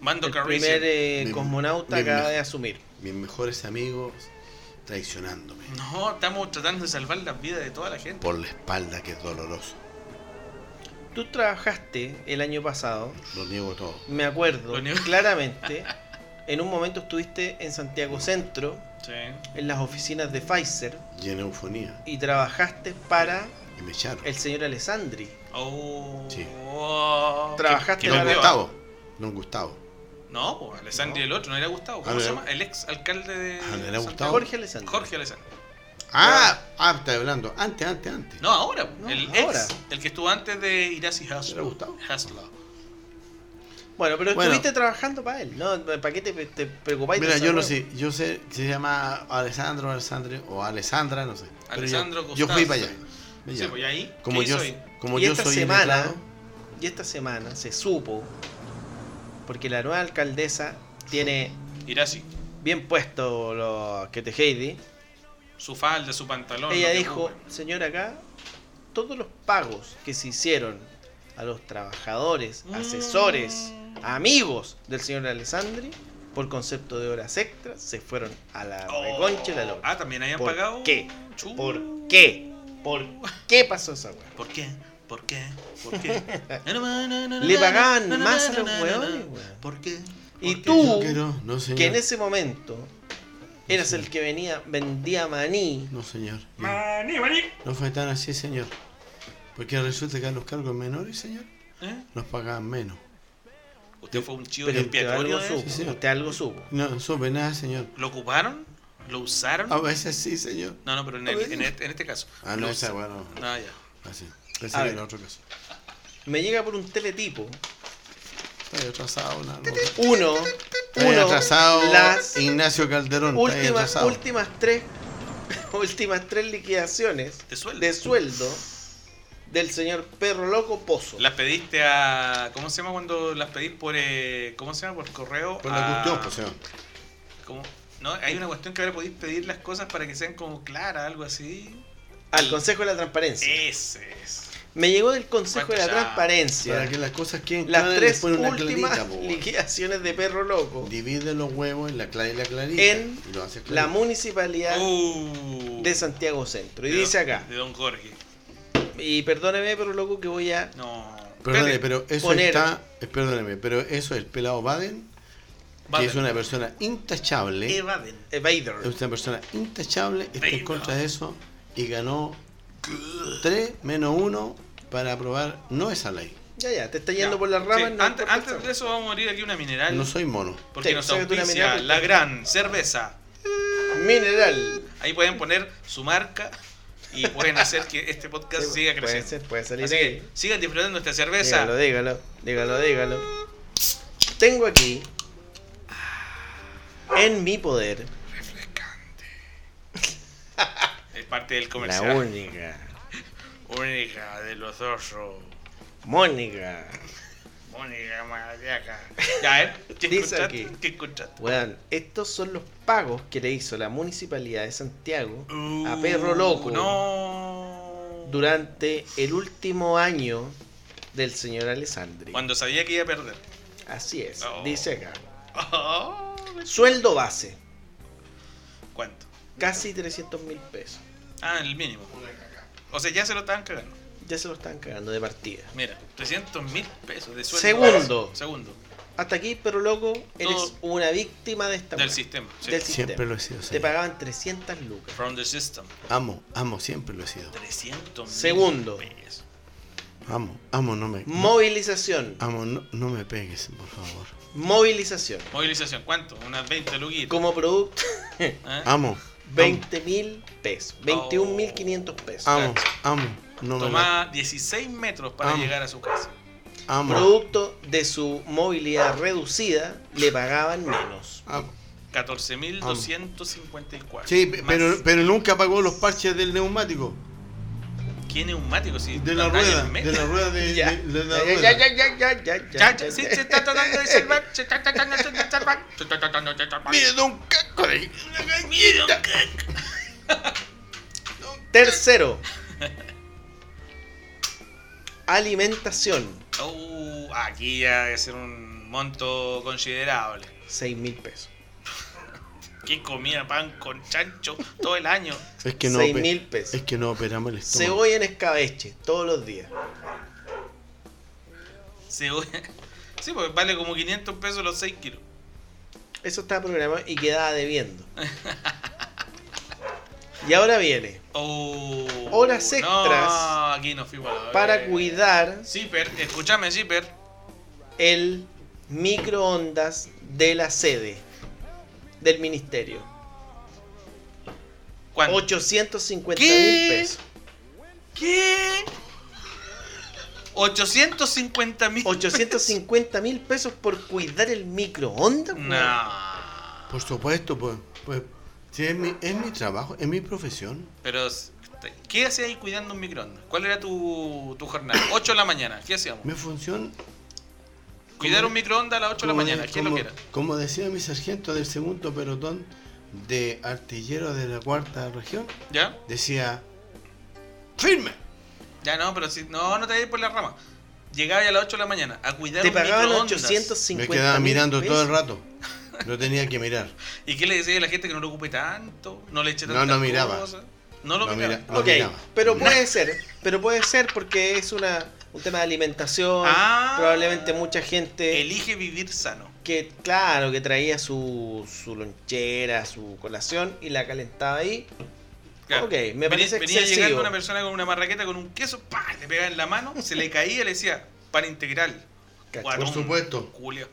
S3: Mando
S2: el
S3: Carrician.
S2: primer eh,
S4: Mi-
S2: cosmonauta
S4: mi-
S2: acaba de asumir.
S4: Mis mejores amigos traicionándome.
S3: No, estamos tratando de salvar las vidas de toda la gente.
S4: Por la espalda que es doloroso.
S2: Tú trabajaste el año pasado,
S4: Lo niego todo.
S2: me acuerdo
S3: Lo único-
S2: claramente, en un momento estuviste en Santiago Centro,
S3: Sí.
S2: en las oficinas de Pfizer,
S4: Y en eufonía.
S2: y trabajaste para
S4: Y me echaron.
S2: el señor Alessandri.
S3: Oh.
S4: Sí.
S3: oh,
S2: Trabajaste
S3: qué- qué
S4: Don
S2: para-
S3: loco.
S4: Gustavo. Don Gustavo.
S3: No, pues Alessandri
S2: No.
S3: el otro, no era Gustavo. ¿Cómo
S4: Ah,
S3: se
S4: no.
S3: llama? El ex alcalde de.
S4: Ah, no era
S3: Santiago.
S4: Gustavo.
S2: Jorge Alessandri.
S3: Jorge Alessandri.
S4: Ah, ah, está hablando. Antes, antes, antes.
S3: No, ahora.
S2: No,
S3: el
S2: ahora.
S3: ex. El que estuvo antes de Irasi Haslo.
S4: ¿Era Gustavo?
S3: Haslo.
S2: Bueno, pero
S4: Bueno.
S2: estuviste trabajando para él, ¿no? ¿Para qué te, te preocupáis? de
S4: Mira,
S2: esa
S4: yo no
S2: hueá?
S4: sé. Yo sé que se llama Alessandro, Alessandre o Alessandra, no sé. Pero
S3: Alessandro
S4: yo, yo fui
S3: Gustavo.
S4: para allá. Me
S3: Sí,
S4: llamo.
S3: pues ¿y ahí.
S4: como
S3: ¿Qué
S4: yo,
S3: hizo ahí?
S4: como
S2: Y
S4: yo
S2: esta
S4: soy
S2: semana-
S4: letrado,
S2: Y esta semana se supo, porque la nueva alcaldesa tiene
S3: Irasi.
S2: bien puesto lo que te Heidi.
S3: Su falda, su pantalón.
S2: Ella
S3: lo que
S2: dijo,
S3: ocupe.
S2: señor acá, todos los pagos que se hicieron a los trabajadores, asesores,
S3: Mm.
S2: amigos del señor Alessandri, por concepto de horas extras, se fueron a la reconcha de la lora.
S3: Ah, también habían
S2: ¿Por
S3: pagado.
S2: qué?
S3: Chu.
S2: ¿Por qué? ¿Por qué pasó esa weá?
S3: ¿Por qué? ¿Por qué? ¿Por qué? Na, na, na, na,
S2: Le
S3: na,
S2: pagaban
S3: na, na,
S2: más
S3: na,
S2: a los
S3: na, na,
S2: hueones,
S3: na.
S2: weón.
S3: ¿Por qué?
S2: Y
S3: ¿Por qué?
S2: tú,
S4: No quiero, no señor.
S2: Que en ese momento eras el que venía, vendía maní.
S4: No señor.
S3: Maní, maní.
S4: No fue tan así, señor. Porque resulta que a los cargos menores, señor,
S3: ¿Eh?
S4: nos pagaban menos.
S3: Usted fue un chivo
S2: Pero usted
S3: expiatorio.
S2: algo
S3: de
S2: supo,
S3: eso.
S4: sí, sí.
S2: usted algo supo.
S4: No supe nada, señor.
S3: ¿Lo ocuparon? ¿Lo usaron?
S4: A veces sí, señor.
S3: No, no, pero en,
S4: A
S3: el-
S4: ver.
S3: en este, en este caso.
S4: Ah, no,
S3: Lo
S4: esa
S3: usa-
S4: bueno.
S3: Ah, ya.
S4: Así. Pensé
S2: A
S4: que
S2: ver.
S4: era otro caso.
S2: Me llega por un teletipo.
S4: Está ahí atrasado, una- no.
S2: Uno,
S4: Está ahí
S2: uno,
S4: atrasado
S2: las
S4: Ignacio Calderón. Está ahí
S2: últimas,
S4: atrasado.
S2: últimas tres, últimas tres liquidaciones
S3: ¿Te sueldo?
S2: de sueldo del señor Perro Loco Pozo.
S3: Las pediste a. ¿Cómo se llama cuando las pedís por. eh, ¿Cómo se llama? Por correo.
S4: Por
S3: a-
S4: la cuestión,
S2: Ah,
S4: pues, señor.
S3: ¿Cómo? No, hay una cuestión que ahora podéis pedir las cosas para que sean como claras, algo así.
S2: Al Consejo de la Transparencia.
S3: Ese es.
S2: Me llegó del Consejo de la
S3: Eh. ¿Cuánto ya?
S2: Transparencia
S4: Para que las cosas queden
S2: las
S4: claras, les
S2: tres
S4: ponen una
S2: últimas
S4: clarita, po, weón.
S2: liquidaciones de Perro Loco.
S4: Divide los huevos en la clara y la clarita.
S2: En
S4: y lo haces
S2: La
S4: clarito.
S2: municipalidad
S3: Uh.
S2: de Santiago Centro. Y
S3: De
S2: dice
S3: don-
S2: acá,
S3: De Don Jorge.
S2: y perdóneme, pero loco que voy a...
S3: No.
S4: Perdóneme,
S3: Espérate,
S4: pero eso
S2: poner-
S4: está. eh, Perdóneme, pero eso es el pelado Baden,
S3: Baden.
S4: que es una persona intachable.
S3: Evaden.
S2: Evader.
S4: Es una persona intachable, está en
S3: Venga.
S4: contra de eso y ganó 3 menos 1 para aprobar no esa ley.
S2: Ya, ya, te está yendo
S3: Ya.
S2: por las ramas.
S3: Sí,
S2: no
S3: antes,
S2: importa
S3: antes
S2: esa-
S3: de eso vamos a morir aquí una mineral.
S4: No soy mono.
S3: porque
S2: Sí,
S3: nos
S2: sácate una
S3: auspicia
S2: mineral.
S3: la gran cerveza.
S2: Mineral.
S3: Ahí pueden poner su marca y pueden hacer que este podcast
S2: Sí,
S3: siga
S2: puede
S3: creciendo.
S2: ser, puede salir
S3: Así
S2: de
S3: que
S2: ahí.
S3: sigan disfrutando esta cerveza.
S2: Dígalo, dígalo, dígalo, dígalo. Tengo aquí en mi poder
S3: Es parte del
S2: la
S3: comercial.
S2: única
S3: única de los osos.
S2: Mónica
S3: Mónica Madriaca. Ya, a ver, ¿qué
S2: Dice
S3: encontraste?
S2: aquí.
S3: ¿Qué encontraste?
S2: Weón, estos son los pagos que le hizo la Municipalidad de Santiago a
S3: Uh,
S2: Perro Loco
S3: No.
S2: durante el último año del señor Alessandri.
S3: Cuando sabía que iba a perder.
S2: Así es,
S3: Oh.
S2: dice acá.
S3: Oh,
S2: Sueldo base,
S3: ¿Cuánto?
S2: casi 300 mil pesos.
S3: Ah, el mínimo. O sea, ya se lo estaban cagando.
S2: Ya se lo están cagando de partida.
S3: Mira, 300 mil pesos de sueldo.
S2: Segundo.
S3: Segundo.
S2: Hasta aquí, pero loco, eres
S3: Todo-
S2: una víctima de esta
S3: Del
S2: weá.
S3: sistema. sí.
S2: Del sistema.
S4: Siempre lo he sido.
S2: Te
S4: señor.
S2: pagaban 300 lucas.
S3: From the system.
S4: Amo, amo, siempre lo he sido.
S3: 300 mil
S2: Segundo.
S3: pesos.
S4: Amo, amo, no Ah. me. no-
S2: Movilización.
S4: amo, no, no me pegues, por favor.
S2: Movilización.
S3: Movilización, ¿cuánto? Unas 20 luguitas.
S2: Como producto,
S3: ¿eh?
S4: Amo.
S2: 20 mil pesos.
S3: Oh.
S2: 21 mil 500 pesos.
S4: Amo, amo, no Ah. me. la-
S3: Tomaba 16 metros para
S4: Amo.
S3: llegar a su casa.
S4: Amo,
S2: Producto de su movilidad reducida, le pagaban menos.
S4: amo.
S3: 14.254.
S4: Sí,
S3: Más.
S4: pero, pero nunca pagó los parches del neumático.
S3: ¿Qué neumático? Si
S4: De la
S3: no hay
S4: rueda,
S3: en medio.
S4: de la rueda de,
S2: Ya.
S4: de- de la
S2: Ya,
S4: rueda.
S2: ya, ya, ya, ya,
S3: Ya,
S2: ya,
S3: ya,
S2: ya,
S3: sí,
S2: ya.
S3: se está tratando de salvar. Se está tratando de salvar. Se está tratando de salvar.
S4: Mire, don Caco de-
S3: Mira, don Caco.
S2: Tercero. Alimentación.
S3: Oh, aquí ya debe ser un monto considerable.
S2: 6 mil pesos.
S3: ¿Qué comía pan con chancho todo el año?
S4: Es que no,
S2: 6
S4: ope-
S2: mil pesos.
S4: es que no operamos el estómago.
S2: Cebolla en escabeche, todos los días.
S3: Cebolla. Sí, porque vale como 500 pesos los 6 kilos.
S2: Eso estaba programado y quedaba debiendo. Y ahora viene.
S3: Oh,
S2: Horas
S3: No,
S2: extras
S3: aquí no fui para la
S2: Para
S3: verga.
S2: cuidar
S3: Zipper, escúchame, Zipper.
S2: el microondas de la sede del ministerio.
S3: ¿Cuánto?
S2: 850
S3: ¿Qué?
S2: mil pesos.
S3: ¿Qué? 850 mil.
S2: 850 mil pesos por cuidar el microondas. weón.
S3: No.
S4: Por supuesto, pues. pues sí, es, mi, es mi trabajo, es mi profesión.
S3: Pero, ¿qué hacías ahí cuidando un microondas? ¿Cuál era tu, tu jornada? 8 de la mañana, ¿qué hacíamos?
S4: Mi función.
S3: Cuidar
S4: como-
S3: un microondas a las 8 de la
S4: como de-
S3: mañana, ¿qué es lo
S4: como-
S3: que era?
S4: Como decía mi sargento del segundo pelotón de artillero de la cuarta región,
S3: ¿Ya?
S4: decía: ¡Firme!
S3: Ya no, pero si. No, no te vayas por la rama. Llegaba ya a las 8 de la mañana a cuidar
S2: Te
S3: un
S2: pagaban
S3: microondas.
S2: 850
S4: Me quedaba
S2: mil
S4: mirando
S2: pesos.
S4: todo el rato. No tenía que mirar.
S3: ¿Y qué le decía a la gente que no lo ocupe tanto? No le eche
S4: No,
S3: tantas
S4: no miraba.
S3: cosas? No lo
S4: No
S3: miraba.
S4: mira-
S2: Ok,
S4: miraba.
S2: pero puede ser, pero puede ser porque es una, un tema de alimentación.
S3: Ah.
S2: probablemente mucha gente
S3: Elige vivir sano.
S2: que, claro, que traía su, su lonchera, su colación y la calentaba ahí.
S3: Claro.
S2: Ok, me parece
S3: venía, venía
S2: excesivo.
S3: llegando una persona con una marraqueta con un queso, ¡pah! le pegaba en la mano, se le caía y le decía, pan integral.
S2: Cacho.
S3: Guatón,
S4: Por supuesto.
S3: Culio.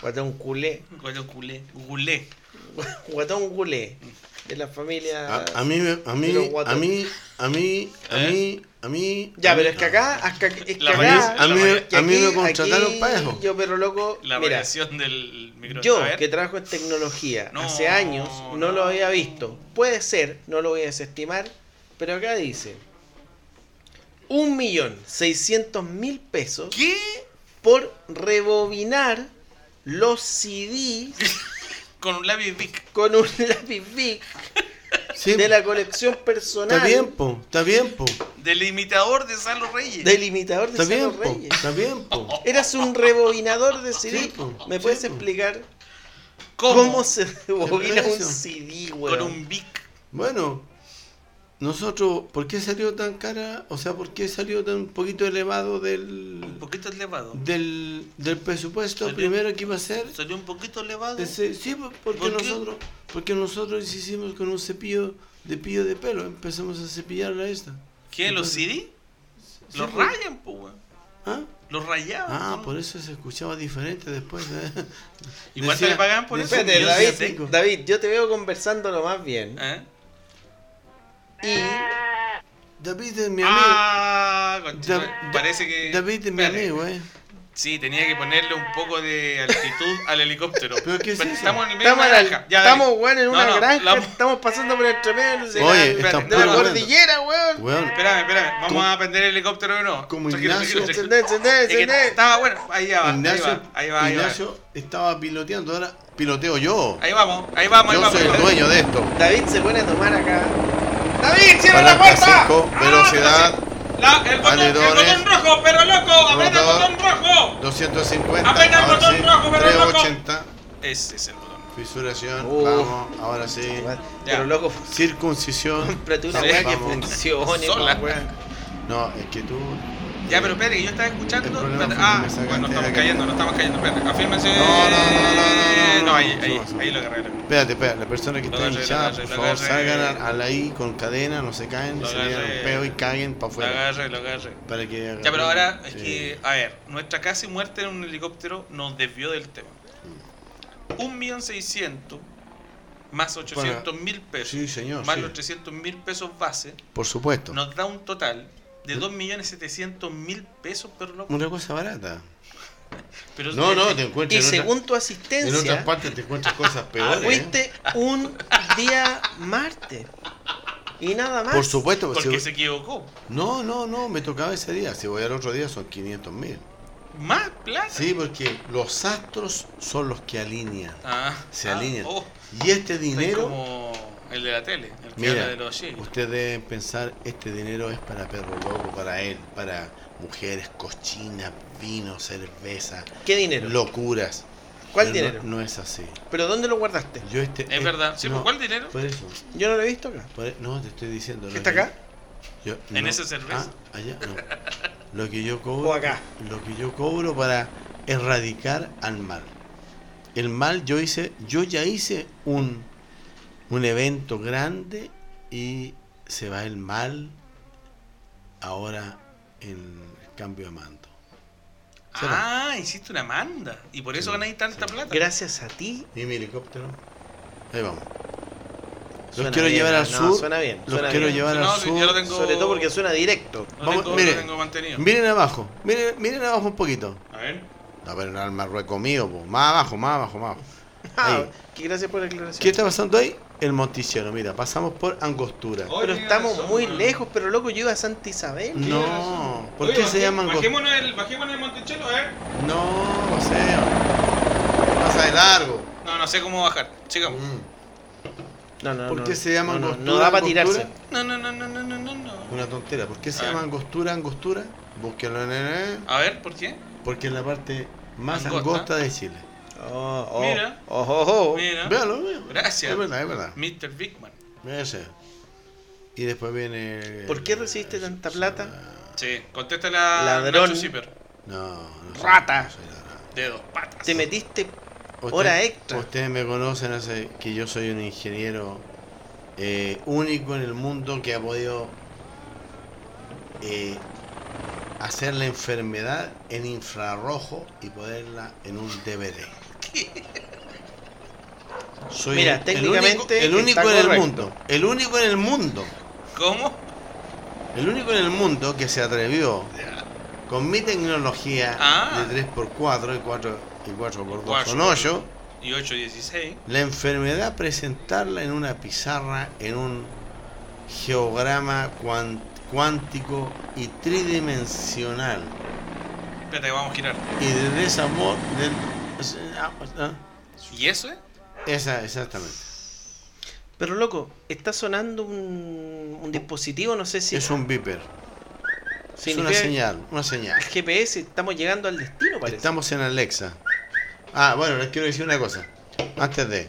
S2: Guatón culé.
S3: Guatón culé. Culé.
S2: Guatón culé. De la familia.
S4: A, a mí, me- a mí,
S2: Pero guato.
S4: a mí, a mí, a
S3: ¿Eh?
S4: mí, a mí.
S2: ya,
S4: a mí-
S2: pero es que acá. hasta que- Es que
S3: La
S4: A mí,
S2: acá.
S4: a mí,
S2: que
S4: a mí
S2: aquí-
S4: me contrataron
S2: aquí
S4: para eso.
S2: Yo, pero loco.
S3: La
S2: mira,
S3: variación del micrófono.
S2: yo
S3: A ver.
S2: que trabajo en tecnología
S3: No,
S2: hace años, no,
S3: no.
S2: lo había visto. Puede ser, no lo voy a desestimar. Pero acá dice: 1.600.000 pesos.
S3: ¿Qué?
S2: por rebobinar los CDs
S3: Con un labio y Vic.
S2: con un lápiz big
S4: Sí,
S2: de la colección personal
S4: Está bien, po, está bien, po.
S3: Del imitador de Salo Reyes.
S2: del imitador de
S4: Está bien,
S2: Salo
S4: po,
S2: Reyes.
S4: está bien, po.
S2: Eras un rebobinador de CD.
S4: Sí, po,
S2: ¿Me
S4: sí,
S2: puedes
S4: po.
S2: explicar
S3: ¿Cómo?
S2: cómo, se rebobina un
S4: eso?
S2: CD,
S3: Con
S2: weón?
S3: un Vic.
S4: Bueno, nosotros, ¿por qué salió tan cara? O sea, ¿por qué salió tan poquito elevado
S3: Un
S4: del,
S3: poquito elevado.
S4: del, del presupuesto
S3: Salió-
S4: primero que iba a ser?
S3: Salió un poquito elevado.
S4: Ese- sí, po, porque
S3: ¿Por qué?
S4: nosotros, porque nosotros hicimos con un cepillo de pillo de pelo, empezamos a cepillarla esta.
S3: ¿Qué? ¿Los CD? Los
S4: Sí, po.
S3: rayan, pues, weón.
S4: ¿Ah?
S3: Los rayaban.
S4: Ah,
S3: ¿no?
S4: por eso se escuchaba diferente después. ¿eh?
S3: ¿Y cuánto le pagaban por eso?
S2: Espérate,
S3: Yo
S2: David,
S3: sí tengo.
S2: David, yo te veo conversándolo más bien.
S4: Ah,
S3: ¿Eh?
S2: Y
S4: David es mi amigo.
S3: Ah, conchetumare.
S4: Da-
S3: parece que.
S4: David es mi
S3: espérate.
S4: amigo, eh.
S3: Sí, tenía que ponerle un poco de altitud al helicóptero.
S4: ¿Pero qué es eso?
S3: estamos en el medio
S2: Estamos,
S3: de
S2: en
S3: la
S2: la-
S3: granja. Ya,
S2: estamos,
S3: dale.
S2: weón, en
S3: No,
S2: una
S3: no,
S2: granja.
S3: la-
S2: Estamos pasando por el tremendo de,
S4: Oye,
S2: la,
S4: están
S2: de la
S4: puro hablando.
S2: cordillera, weón.
S4: Weón,
S3: Espérame, espérame. Vamos
S4: Como-
S3: a prender el helicóptero de nuevo.
S4: como
S3: Tranquilo,
S4: Ignacio.
S3: tranquilo, tranquilo.
S2: Encendé, encendé,
S3: Es que
S2: encendé.
S3: estaba bueno. Ahí ya va.
S4: Ignacio,
S3: ahí va, ahí va. Ahí, va.
S4: Ignacio estaba piloteando, ahora piloteo yo.
S3: ahí vamos, ahí vamos, ahí
S4: Yo
S3: vamos.
S4: soy el dueño de esto.
S2: David se pone a tomar acá. ¡David, cierra la
S4: Palanca
S2: puerta!
S4: 5,
S3: Ah,
S4: velocidad
S3: La- el, botón, el
S4: Aledones.
S3: botón rojo, pero loco. Aprieta el
S4: Rotador.
S3: botón rojo.
S4: 250.
S3: Aprieta el
S4: ahora
S3: botón
S4: sí,
S3: rojo, pero loco.
S4: 380.
S3: Ese es el botón.
S4: Fisuración,
S2: Uh.
S4: vamos, ahora sí.
S2: Pero loco,
S4: Circuncisión.
S2: cómprate una
S4: Sí,
S2: weá que
S4: vamos.
S2: funcione,
S3: Sola.
S2: po, weón.
S4: No, es que tú.
S3: Ya, pero espérate, que yo estaba
S4: El
S3: escuchando.
S4: problema
S3: espérate.
S4: fue que
S3: Ah,
S4: me sacaste
S3: bueno,
S4: de
S3: estamos
S4: acá.
S3: cayendo, no estamos cayendo. Espérate, afírmense.
S4: No, no, no, no, no, no,
S3: No, ahí,
S4: no,
S3: ahí,
S4: no, no.
S3: ahí lo agarré. Lo
S4: Espérate, espérate, la persona que
S3: Lo
S4: está
S3: agarré, lo
S4: hinchada,
S3: agarré,
S4: por
S3: lo
S4: favor,
S3: agarré.
S4: salgan a a la I con cadena, no se caen,
S3: Lo
S4: se le
S3: agarré.
S4: un peo y caguen para afuera.
S3: agarré, lo agarré.
S4: Para que
S3: Ya, pero ahora es
S4: Sí.
S3: que, a ver, nuestra casi muerte en un helicóptero nos desvió del tema.
S4: Mm.
S3: 1.600.000 más 800.000 pesos,
S4: Sí, señor.
S3: más
S4: sí.
S3: los 300.000 pesos base,
S4: Por supuesto.
S3: nos da un total
S4: ¿Mm?
S3: de 2.700.000 pesos por loco.
S4: Una cosa barata.
S3: Pero es-
S4: No, no,
S3: es-
S4: te encuentras.
S2: Y
S4: en otra-
S2: según tu
S4: En otras
S2: asistencia,
S4: partes te encuentras cosas peores. ¿eh?
S2: fuiste un día martes. Y nada más.
S4: Por supuesto. pues,
S3: porque
S4: si-
S3: se equivocó.
S4: No, no, no, me tocaba ese día. Si voy al otro día son 500 mil.
S3: Más plata.
S4: Sí, porque los astros son los que alinean.
S3: Ah,
S4: Se
S3: ah,
S4: alinean.
S3: oh,
S4: Y este
S3: soy
S4: dinero,
S3: como el de la tele, el que habla
S4: mira,
S3: de los chicos.
S4: ustedes deben pensar, este dinero es para perro loco, para él, para mujeres, cochinas, vino, cerveza,
S2: ¿Qué dinero?
S4: locuras.
S2: ¿Cuál
S4: Pero no-
S2: dinero?
S4: No, es así.
S2: ¿Pero dónde lo guardaste?
S4: Yo este,
S3: Es verdad. Sí,
S4: no,
S3: ¿por cuál dinero?
S4: Por eso.
S2: Yo no lo he visto acá.
S4: por e- no, te estoy diciendo. lo
S2: ¿Está
S4: que-
S2: acá?
S4: Yo-
S3: ¿En
S4: no.
S3: esa cerveza?
S4: Ah, allá, no. Lo que yo cobro.
S2: O acá.
S4: Lo que yo cobro para erradicar al mal. El mal yo hice, yo ya hice un, un evento grande y se va el mal ahora en cambio de mando.
S3: Ah, hiciste una manda. Y por eso
S4: Sí,
S3: ganáis tanta plata.
S2: Gracias a ti.
S4: Y mi helicóptero. Ahí vamos. Los
S2: Suena
S4: quiero
S2: bien, ¿eh?
S4: llevar al
S2: no,
S4: sur.
S2: suena bien,
S4: Los
S2: suena
S4: quiero
S2: bien.
S4: llevar
S3: No,
S4: al
S3: sí,
S4: sur.
S3: yo lo tengo-
S2: Sobre todo porque suena directo.
S3: No
S4: Vamos,
S3: tengo,
S4: mire.
S3: no tengo mantenido.
S4: Miren abajo. Miren, miren abajo un poquito.
S3: A ver.
S4: No, pero no al Marruecos mío, po. más abajo, más abajo, más abajo.
S2: Ah,
S4: Ahí.
S2: que gracias por la aclaración.
S4: ¿Qué está pasando ahí? El Monticello, mira, pasamos por Angostura.
S2: Pero estamos muy lejos, pero loco, yo iba a Santa Isabel.
S4: No, ¿por qué se llaman Angostura?
S3: Bajémonos el, bajémonos el Monticello, a ver.
S4: No, José. Pasa de largo.
S3: No, no sé cómo bajar. Sigamos.
S4: Mm,
S2: No, no,
S4: ¿Por
S2: no.
S4: qué se llama
S2: no, no,
S4: Angostura?
S2: No, da para
S4: Angostura?
S2: tirarse.
S3: No, no, no, no, no, no, no, no.
S4: Una tontera. ¿Por qué se
S3: Ah.
S4: llama Angostura, Angostura? Búsquenlo en el...
S3: A ver, ¿por qué?
S4: Porque es la parte más
S3: Angosta.
S4: angosta de Chile.
S2: Oh, oh,
S3: Mira.
S2: Oh, oh, oh.
S3: Mira.
S4: Véalo, véalo.
S3: Gracias.
S4: Es verdad, es verdad.
S3: Mr. Bigman.
S4: Ese. Y después viene... el-
S2: ¿Por qué recibiste tanta plata?
S3: Sí, contesta la
S2: Ladrón.
S3: Nacho Zipper.
S4: No, no soy-
S2: Rata.
S4: no soy ladrón.
S3: De dos patas.
S2: Te metiste.
S4: Usted-
S2: Hora extra.
S4: Ustedes me conocen hace que yo soy un ingeniero eh, único en el mundo que ha podido eh, hacer la enfermedad en infrarrojo y ponerla en un DVD. Soy
S2: Mira,
S4: el- el
S2: técnicamente
S4: único- el único,
S2: está
S4: en el
S2: correcto.
S4: mundo, el único en el mundo,
S3: ¿Cómo?
S4: el único en el mundo que se atrevió
S3: Ya.
S4: con mi tecnología
S3: Ah.
S4: de 3x4 y 4 y 4x2
S3: Cuatro.
S4: son 8
S3: Y 8.16.
S4: la enfermedad presentarla en una pizarra, en un geograma cuan- cuántico y tridimensional.
S3: Espérate, que vamos a girar.
S4: Y desde esa mo- del- ah, ah,
S3: ¿Y eso es?
S4: esa exactamente.
S2: Pero loco, está sonando un, un dispositivo, no sé si
S4: Es un beeper. Es una
S2: significa
S4: señal, una señal.
S2: el GPS, estamos llegando al destino, parece.
S4: Estamos en Alexa. Ah, bueno, les quiero decir una cosa. Antes de.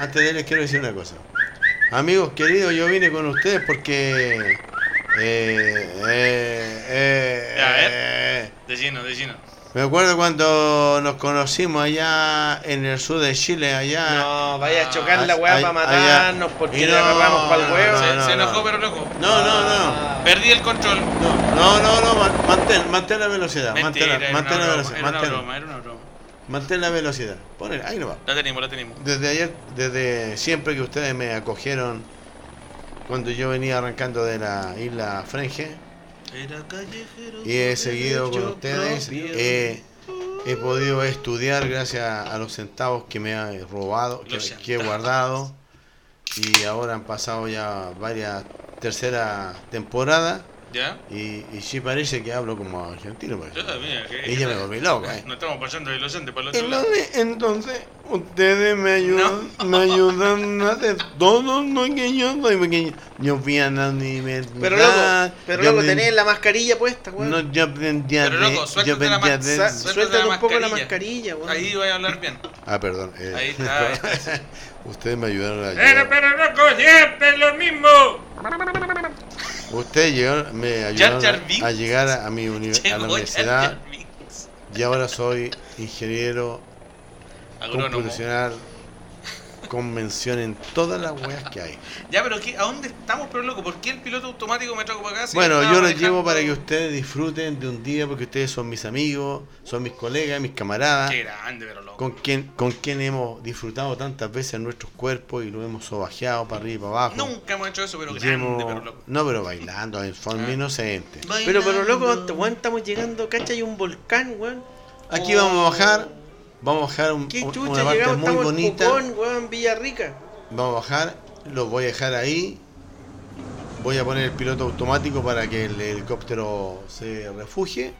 S4: Antes de les quiero decir una cosa. Amigos queridos, yo vine con ustedes porque. Eh, eh, eh,
S3: A ver.
S4: eh,
S3: De lleno, de lleno.
S4: me acuerdo cuando nos conocimos allá en el sur de Chile, allá.
S2: No, vaya a chocar
S4: Ah,
S2: la weá
S4: ay-
S2: para
S4: ay, ya.
S2: matarnos porque
S4: Y
S2: le
S4: no,
S2: agarramos para el
S4: no,
S2: huevo.
S3: se,
S4: no,
S3: se
S4: no.
S3: enojó, pero loco.
S4: No, no, no.
S2: Ah.
S3: Perdí el control.
S4: No, no, no, man- mantén, mantén la velocidad, mantén
S3: Mentira,
S4: la,
S3: era,
S4: mantén la
S3: una broma,
S4: velocidad,
S3: era una
S4: mantén,
S3: broma, era una broma.
S4: mantén la velocidad. Ponela, ahí no va.
S3: La tenemos, la tenemos.
S4: Desde ayer, desde siempre que ustedes me acogieron cuando yo venía arrancando de la isla Frenge,
S2: Era callejero.
S4: Y he seguido
S2: derecho
S4: con ustedes.
S2: propio.
S4: eh, he podido estudiar gracias a los centavos que me han robado, que,
S3: Los
S4: que he
S3: centavos.
S4: guardado. Y ahora han pasado ya varias tercera temporada.
S3: ¿Ya?
S4: Y, y sí parece que hablo como argentino. pues.
S3: Ya, mira, que-
S4: Ella me volví loco. eh.
S3: Nos estamos pasando del oyente para el otro lado.
S4: Entonces, entonces, ustedes me ayudan, me ayudan a hacer todo lo que yo soy, porque yo- yo fui a la universidad.
S2: Pero loco, pero
S4: yo
S2: loco,
S4: aprendí-
S2: tenés la mascarilla puesta, weón.
S4: No, yo aprendí a
S3: Pero loco,
S4: leer, yo
S3: suéltate la
S4: aprendí a
S3: ma-
S4: leer.
S2: Sa-
S3: suéltate
S2: Suéltate
S3: la
S2: un poco la
S3: mascarilla.
S2: mascarilla, weón.
S3: Ahí voy a hablar bien.
S4: Ah, perdón. eh,
S3: Ahí está. Eh, ahí está.
S4: Ustedes me ayudaron a
S3: Pero,
S4: llegar.
S3: pero loco, siempre lo mismo.
S4: Ustedes llegaron- me
S3: Jar
S4: ayudaron
S3: Jar
S4: a-
S3: Binks.
S4: a, llegar a, a mi uni- a la
S3: Llegó
S4: universidad
S3: Jar Jar Binks.
S4: y ahora soy ingeniero
S3: Agrónomo.
S4: computacional convención en todas las weas que hay.
S3: Ya, pero ¿qué? ¿a dónde estamos, pero loco? ¿Por qué el piloto automático me trajo para acá? si
S4: Bueno,
S3: estaba
S4: yo los
S3: manejando?
S4: llevo para que ustedes disfruten de un día porque ustedes son mis amigos, son mis colegas, mis camaradas,
S3: Qué grande, pero loco.
S4: con quien, con quien hemos disfrutado tantas veces en nuestros cuerpos y lo hemos sobajeado para arriba y para abajo.
S3: Nunca hemos hecho eso, pero
S4: Y hemos-
S3: grande, pero loco.
S4: No, pero bailando en forma
S3: Ah.
S4: inocente.
S2: Pero, pero loco, este weón, estamos llegando, cacha, hay un volcán, weón.
S4: Aquí vamos a bajar, vamos a bajar un-
S2: Qué
S4: un-
S2: chucha,
S4: una parte
S2: llegamos,
S4: muy
S2: estamos
S4: bonita.
S2: en Pucón, weón, Villarrica.
S4: Vamos a bajar, los voy a dejar ahí. Voy a poner el piloto automático para que el helicóptero se refugie.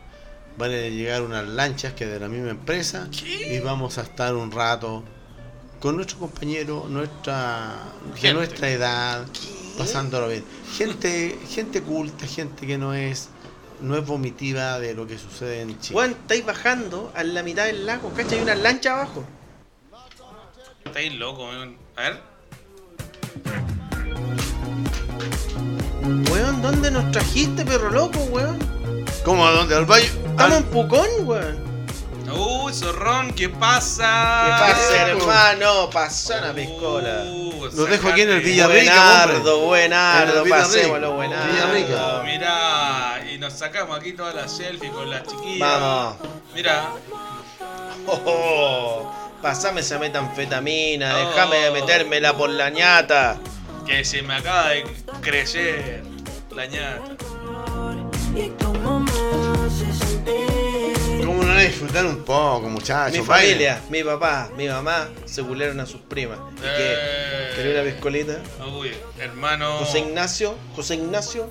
S4: Van a llegar unas lanchas que de la misma empresa
S3: ¿Qué?
S4: y vamos a estar un rato con nuestro compañero, nuestra
S3: Gente.
S4: de nuestra edad, pasándolo bien. Gente, gente culta, gente que no es no es vomitiva de lo que sucede en Chile.
S2: Weón, estáis bajando a la mitad del lago, cacha, hay una lancha abajo.
S3: Estáis loco, weón. A ver.
S2: Weón, ¿dónde nos trajiste, perro loco, weón?
S4: ¿Cómo? ¿A dónde? ¿Al baño?
S2: Estamos en Pucón, weón.
S3: Uh, zorrón, ¿qué pasa?
S2: ¿Qué pasa,
S4: loco.
S2: Ah, hermano? Pasó una piscola.
S3: Uh,
S4: Los dejo aquí en el
S3: sacate.
S4: Villarrica,
S2: Buenardo,
S4: hombre. En
S2: buenardo,
S4: el Villarrica.
S2: pasémoslo,
S4: Villarrica.
S2: buenardo.
S3: Mira, y nos sacamos aquí todas las selfies con las chiquillas.
S2: Vamos.
S3: Mira,
S2: Oh, oh. Pasame esa metanfetamina,
S3: Oh.
S2: déjame de metérmela por la ñata.
S3: que se me acaba de crecer la ñata.
S5: Y cómo me hace sentir.
S4: ¿Cómo no disfrutar un poco, muchachos?
S2: Mi
S4: Bailen.
S2: familia, mi papá, mi mamá se culearon a sus primas. ¿Y qué?
S3: Eh,
S2: ¿Quería una piscolita?
S3: Uy, hermano.
S2: José Ignacio, José Ignacio.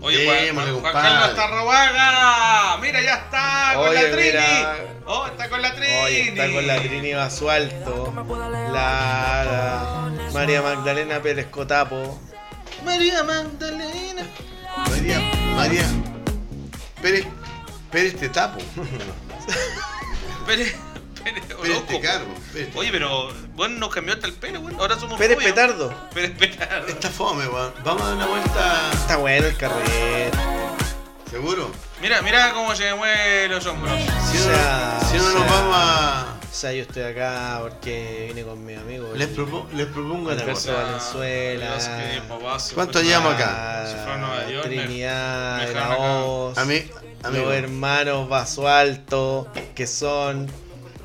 S3: Oye, Juan,
S4: Démosle,
S3: Juan
S4: compadre.
S3: Carlos Tarrobaga. Mira, ya está con
S2: Oye,
S3: la Trini.
S2: mira.
S3: Oh, está con la Trini.
S2: Hoy está con la Trini Basualto. La, la María Magdalena Pérez Cotapo. María Magdalena.
S4: María, María. Pérez, Pérez te tapo.
S3: Pérez, Pérez,
S4: Pérez
S2: este
S3: loco.
S4: te cargo. Pérez te-
S3: Oye, pero bueno, nos cambió hasta el pelo, bueno. Ahora somos
S2: Pérez
S3: rubios.
S2: Petardo.
S3: Pérez Petardo.
S4: Está fome, weón. Vamos a dar una vuelta.
S2: Está bueno el carrete.
S4: ¿Seguro?
S3: Mira, mira cómo se mueven los hombros.
S4: Si
S2: O
S4: no,
S2: sea,
S4: si no
S2: o
S4: nos
S2: sea.
S4: vamos a.
S2: O sea, yo estoy acá porque vine con mi amigo.
S4: Les, propo- les propongo una
S2: Alberto.
S4: cosa.
S2: Valenzuela.
S3: Dios, qué bobazo.
S4: ¿Cuánto llama acá?
S2: Ah,
S3: pues, Se fueron a Nueva York, me-
S2: Trinidad,
S3: me
S2: de
S3: dejaron
S2: la
S3: acá.
S2: Hoz,
S4: A mí, a mí.
S2: los hermanos Basualto, que son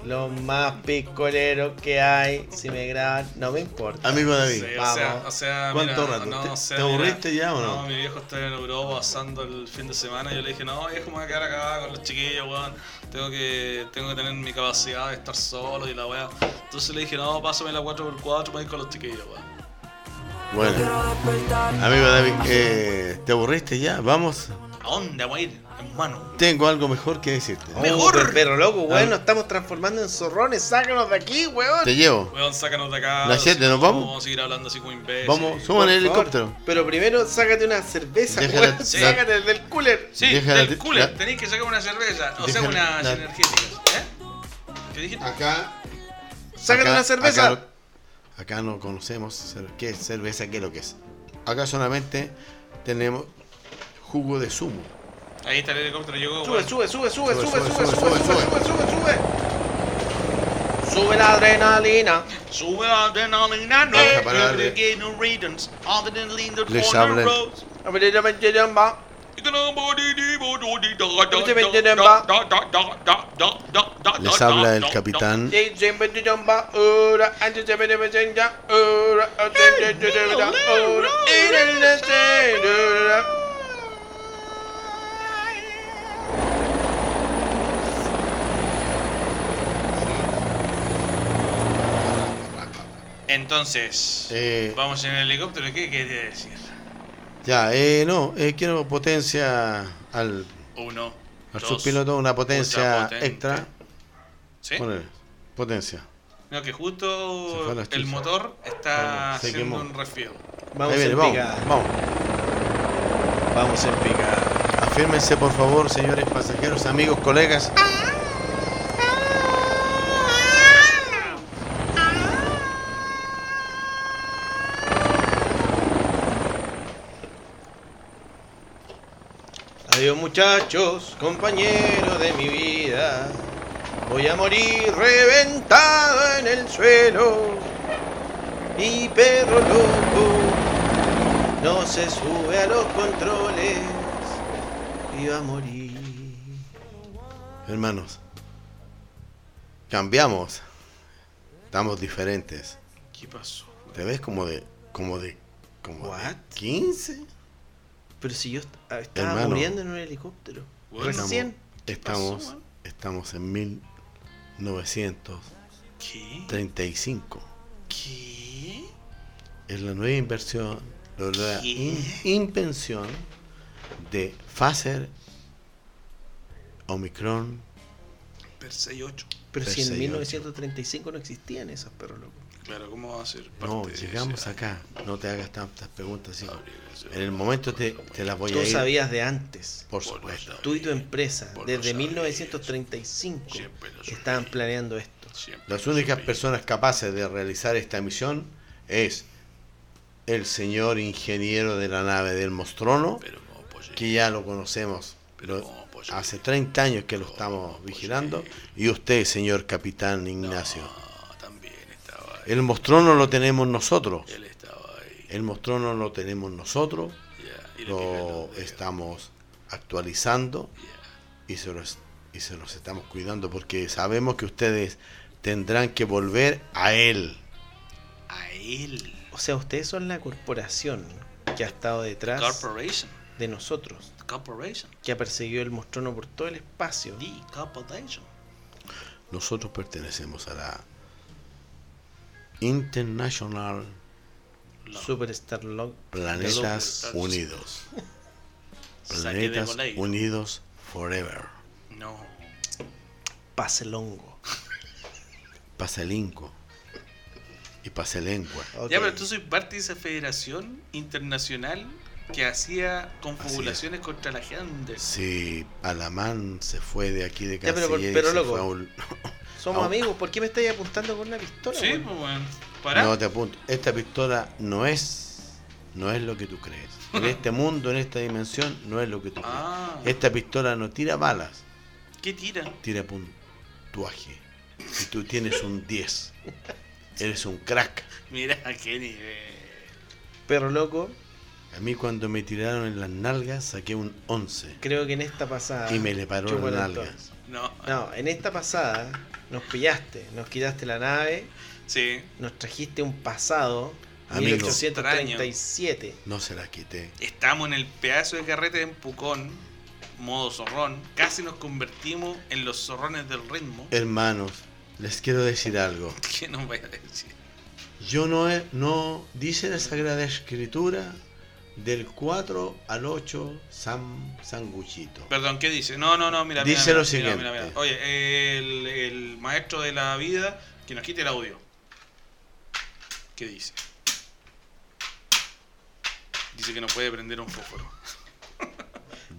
S2: los más picoleros que hay. Si me graban, no me importa.
S4: Amigo
S3: Sí,
S4: David.
S3: o sea,
S2: Vamos.
S3: o sea,
S4: ¿Cuánto
S3: mira,
S4: rato?
S3: no,
S4: ¿Te-
S3: o sea,
S4: te
S3: mira,
S4: aburriste ya o no?
S3: mi viejo está en Europa pasando el fin de semana. Yo le dije, no, viejo, me voy a quedar acá con los chiquillos, weón. Tengo que, tengo que tener mi capacidad de estar solo y la weá. Entonces le dije, no, pásame la 4x4 para ir con los chiquillos, weón.
S4: Bueno,
S5: Quiero despertar.
S4: amigo David, eh, ¿te aburriste ya? Vamos.
S3: ¿A dónde voy a ir, hermano?
S4: Tengo algo mejor que decirte.
S2: Oh,
S3: mejor.
S2: Pero loco,
S4: Ah.
S2: weón, nos estamos transformando en zorrones. Sácanos de aquí, weón.
S4: Te llevo.
S3: Weón, sácanos de acá.
S4: Las siete,
S3: si
S4: ¿nos
S3: no,
S4: vamos?
S3: Vamos a seguir hablando así como imbéciles.
S4: Vamos,
S2: Por
S4: suban el
S2: favor.
S4: helicóptero.
S2: Pero primero, sácate una cerveza,
S4: Deja
S2: weón.
S4: la-
S2: Sácate del cooler.
S3: Sí,
S4: Deja
S3: del
S4: la-
S3: cooler,
S4: la-
S3: tenéis que sacar una cerveza, o
S4: Deja
S3: sea, unas
S4: la-
S3: energéticas, ¿eh? ¿Qué dijiste?
S4: Acá
S2: Sácate
S4: Acá-
S2: una cerveza.
S4: Acá, lo- acá no conocemos cer- qué es cerveza, qué es lo que es. Acá solamente tenemos jugo de zumo.
S3: Ahí está el helicóptero, llegó,
S2: Sube,
S3: weón.
S2: sube, sube, sube,
S4: Sube,
S2: sube, sube, sube,
S4: sube,
S2: sube,
S4: sube,
S2: sube, sube, sube. Sube la adrenalina.
S3: Sube la adrenalina, no
S4: Vamos a parar de-
S3: que no reasons, other than lean the
S4: Les
S3: corner
S4: hablan.
S3: roads.
S2: Abriramentiramba.
S3: Este
S4: Les habla el capitán.
S2: Diciembriteramba. Ora, antisemitemesenga. Ora, antisemitemesenga. Ora, irelesera.
S3: Entonces,
S4: Eh,
S3: vamos en el helicóptero. ¿Qué quería decir?
S4: ya, eh, no, eh, quiero potencia al,
S3: Uno.
S4: al
S3: dos.
S4: subpiloto, una potencia
S3: potente.
S4: extra.
S3: ¿Sí?
S4: Ponele, potencia.
S3: No, que
S4: Se fue a
S3: justo
S4: la
S3: el
S4: chucha.
S3: motor está
S4: Ah, se
S3: haciendo
S4: quemó.
S3: un resfriado.
S2: Vamos
S4: Ahí viene,
S2: en
S4: vamos,
S2: picada.
S4: vamos.
S2: Vamos en picada.
S4: Afírmense, por favor, señores pasajeros, amigos, colegas.
S2: Adiós muchachos, compañeros de mi vida. Voy a morir reventado en el suelo. Y perro loco no se sube a los controles. Y va a morir.
S4: Hermanos, cambiamos. Estamos diferentes.
S3: ¿Qué pasó?
S4: Te ves como de. como de. como de
S2: What?
S4: 15.
S2: Pero si yo est- ah, estaba
S4: Hermano.
S2: muriendo en un helicóptero.
S3: Bueno.
S2: Recién.
S4: Estamos.
S3: pasó, man?
S4: estamos en 1935.
S3: ¿Qué? ¿Qué?
S4: Es la nueva inversión. La nueva
S3: ¿Qué?
S4: in- invención de Pfizer Omicron.
S3: Persei 8.
S2: Pero si en
S4: Persei
S2: 1935 no existían esas perros locos.
S3: Claro, ¿cómo va a ser? parte
S4: No,
S3: de ese ¿eh?
S4: llegamos
S3: año?
S4: acá. No te hagas tantas preguntas, hijo.
S3: Abrirse.
S4: En el momento te, te las voy a
S2: Tú
S4: ir.
S2: sabías de antes.
S4: Por
S3: Por
S4: supuesto.
S3: nuestra-
S2: Tú y tu empresa,
S3: Vos lo
S2: desde
S3: sabías.
S2: 1935,
S3: Siempre lo sabías.
S2: estaban planeando esto.
S3: Siempre
S4: Las
S3: lo
S4: únicas
S3: supe.
S4: personas capaces de realizar esta misión es el señor ingeniero de la nave del Mostrono,
S3: Pero no, pues,
S4: que ya lo conocemos.
S3: Pero
S4: lo-
S3: ¿cómo posible?
S4: hace 30 años que lo estamos
S3: ¿Cómo
S4: vigilando.
S3: posible?
S4: Y usted, señor capitán Ignacio.
S3: No, Ah, también estaba ahí.
S4: El Mostrono lo tenemos nosotros.
S3: Él estaba ahí.
S4: El Mostrono lo tenemos nosotros.
S3: Ya. Y lo que
S4: Lo
S3: ganó,
S4: estamos actualizando.
S3: ya.
S4: y se los y se los estamos cuidando porque sabemos que ustedes tendrán que volver a él.
S3: A él.
S2: O sea, ustedes son la corporación que ha estado detrás
S3: Corporation.
S2: de nosotros,
S3: Corporation.
S2: que ha perseguido el mostrón por todo el espacio.
S3: The Corporation.
S4: Nosotros pertenecemos a la International
S3: Lo-
S2: Superstar Log.
S4: Planetas
S3: Los-
S4: Unidos.
S3: Saque de
S4: Planetas
S3: volei.
S4: Unidos Forever.
S3: No.
S2: Paselongo.
S4: Paselinco y Paselengua.
S2: Ok.
S3: Ya, pero tú soy parte de esa federación internacional que hacía confabulaciones contra la gente.
S4: Si Alamán se fue de aquí de
S2: Ya, pero por-
S4: Canciller y
S2: pero
S4: se
S2: loco.
S4: fue a un-
S2: Somos
S4: Ah.
S2: amigos, ¿por qué me estáis apuntando con una pistola?
S3: Sí,
S2: weón?
S3: pues bueno. Pará.
S4: No te apunto. Esta pistola no es no es lo que tú crees. En este mundo, en esta dimensión, no es lo que tú crees.
S3: Ah.
S4: Esta pistola no tira balas,
S3: ¿Qué tira?
S4: tira puntuaje. Y tú tienes un 10. Eres un crack.
S3: Mira a qué nivel.
S2: Perro loco,
S4: A mí cuando me tiraron en las nalgas saqué un 11.
S2: creo que en esta pasada.
S4: Y me le paró
S2: Chúpalo
S4: las nalgas.
S2: Ah, entonces.
S3: No.
S2: No, en esta pasada nos pillaste, nos quitaste la nave,
S3: Sí.
S2: nos trajiste un pasado.
S4: Amigo.
S2: 1837.
S4: No se la quité.
S3: Estamos en el pedazo de carrete en Pucón, modo zorrón. Casi nos convertimos en los zorrones del ritmo.
S4: Eh. Hermanos, les quiero decir algo.
S3: ¿Qué nos vaya a decir?
S4: Yo no, he- no dice la Sagrada Escritura del 4 al 8 San Sanguchito.
S3: Perdón, ¿qué dice? No, no, no, mira. mira,
S4: Dice
S3: mira,
S4: lo
S3: mira,
S4: siguiente.
S3: mira, mira. Oye, el, el maestro de la vida que nos quite el audio. ¿Qué dice? Dice que no puede prender un fósforo.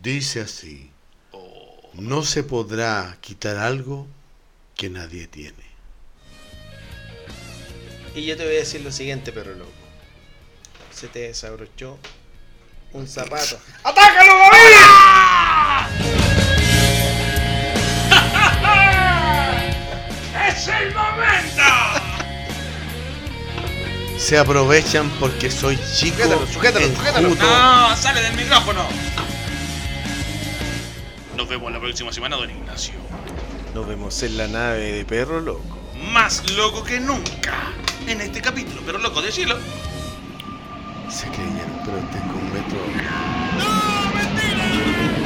S4: Dice así,
S3: Oh,
S4: no se podrá quitar algo que nadie tiene.
S2: Y yo te voy a decir lo siguiente, perro loco. Se te desabrochó un zapato.
S4: Se aprovechan porque soy chico.
S2: Sujétalo, sujétalo, sujétalo. Ah.
S4: enjuto.
S3: ¡No! ¡Sale del micrófono! Nos vemos la próxima semana, don Ignacio.
S2: Nos vemos en la nave de perro loco.
S3: Más loco que nunca en este capítulo, pero loco, decilo.
S4: Se creyeron, pero tengo un metro.
S3: ¡No, mentira!